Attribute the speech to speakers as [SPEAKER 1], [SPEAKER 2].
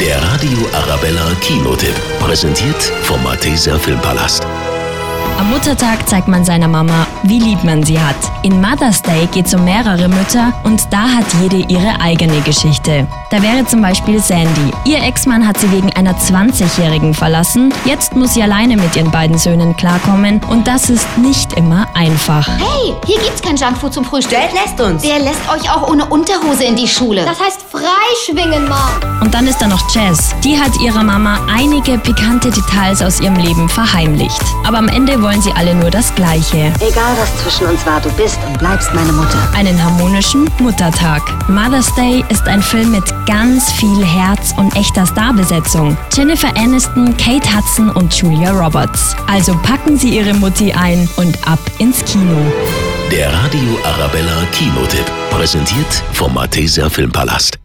[SPEAKER 1] Der Radio Arabella Kinotipp. Präsentiert vom Malteser Filmpalast.
[SPEAKER 2] Am Muttertag zeigt man seiner Mama, wie lieb man sie hat. In Mother's Day geht es um mehrere Mütter und da hat jede ihre eigene Geschichte. Da wäre zum Beispiel Sandy. Ihr Ex-Mann hat sie wegen einer 20-Jährigen verlassen. Jetzt muss sie alleine mit ihren beiden Söhnen klarkommen und das ist nicht immer einfach.
[SPEAKER 3] Hey, hier gibt's kein Junkfood zum Frühstück.
[SPEAKER 4] Dad lässt uns.
[SPEAKER 3] Der lässt euch auch ohne Unterhose in die Schule.
[SPEAKER 5] Das heißt freischwingen, Mom.
[SPEAKER 2] Und dann ist da noch Jess. Die hat ihrer Mama einige pikante Details aus ihrem Leben verheimlicht. Aber am Ende wollen sie alle nur das Gleiche.
[SPEAKER 4] Egal, was zwischen uns war, du bist und bleibst meine Mutter.
[SPEAKER 2] Einen harmonischen Muttertag. Mother's Day ist ein Film mit ganz viel Herz und echter Starbesetzung. Jennifer Aniston, Kate Hudson und Julia Roberts. Also packen Sie Ihre Mutti ein und ab ins Kino.
[SPEAKER 1] Der Radio Arabella Kinotipp. Präsentiert vom Malteser Filmpalast.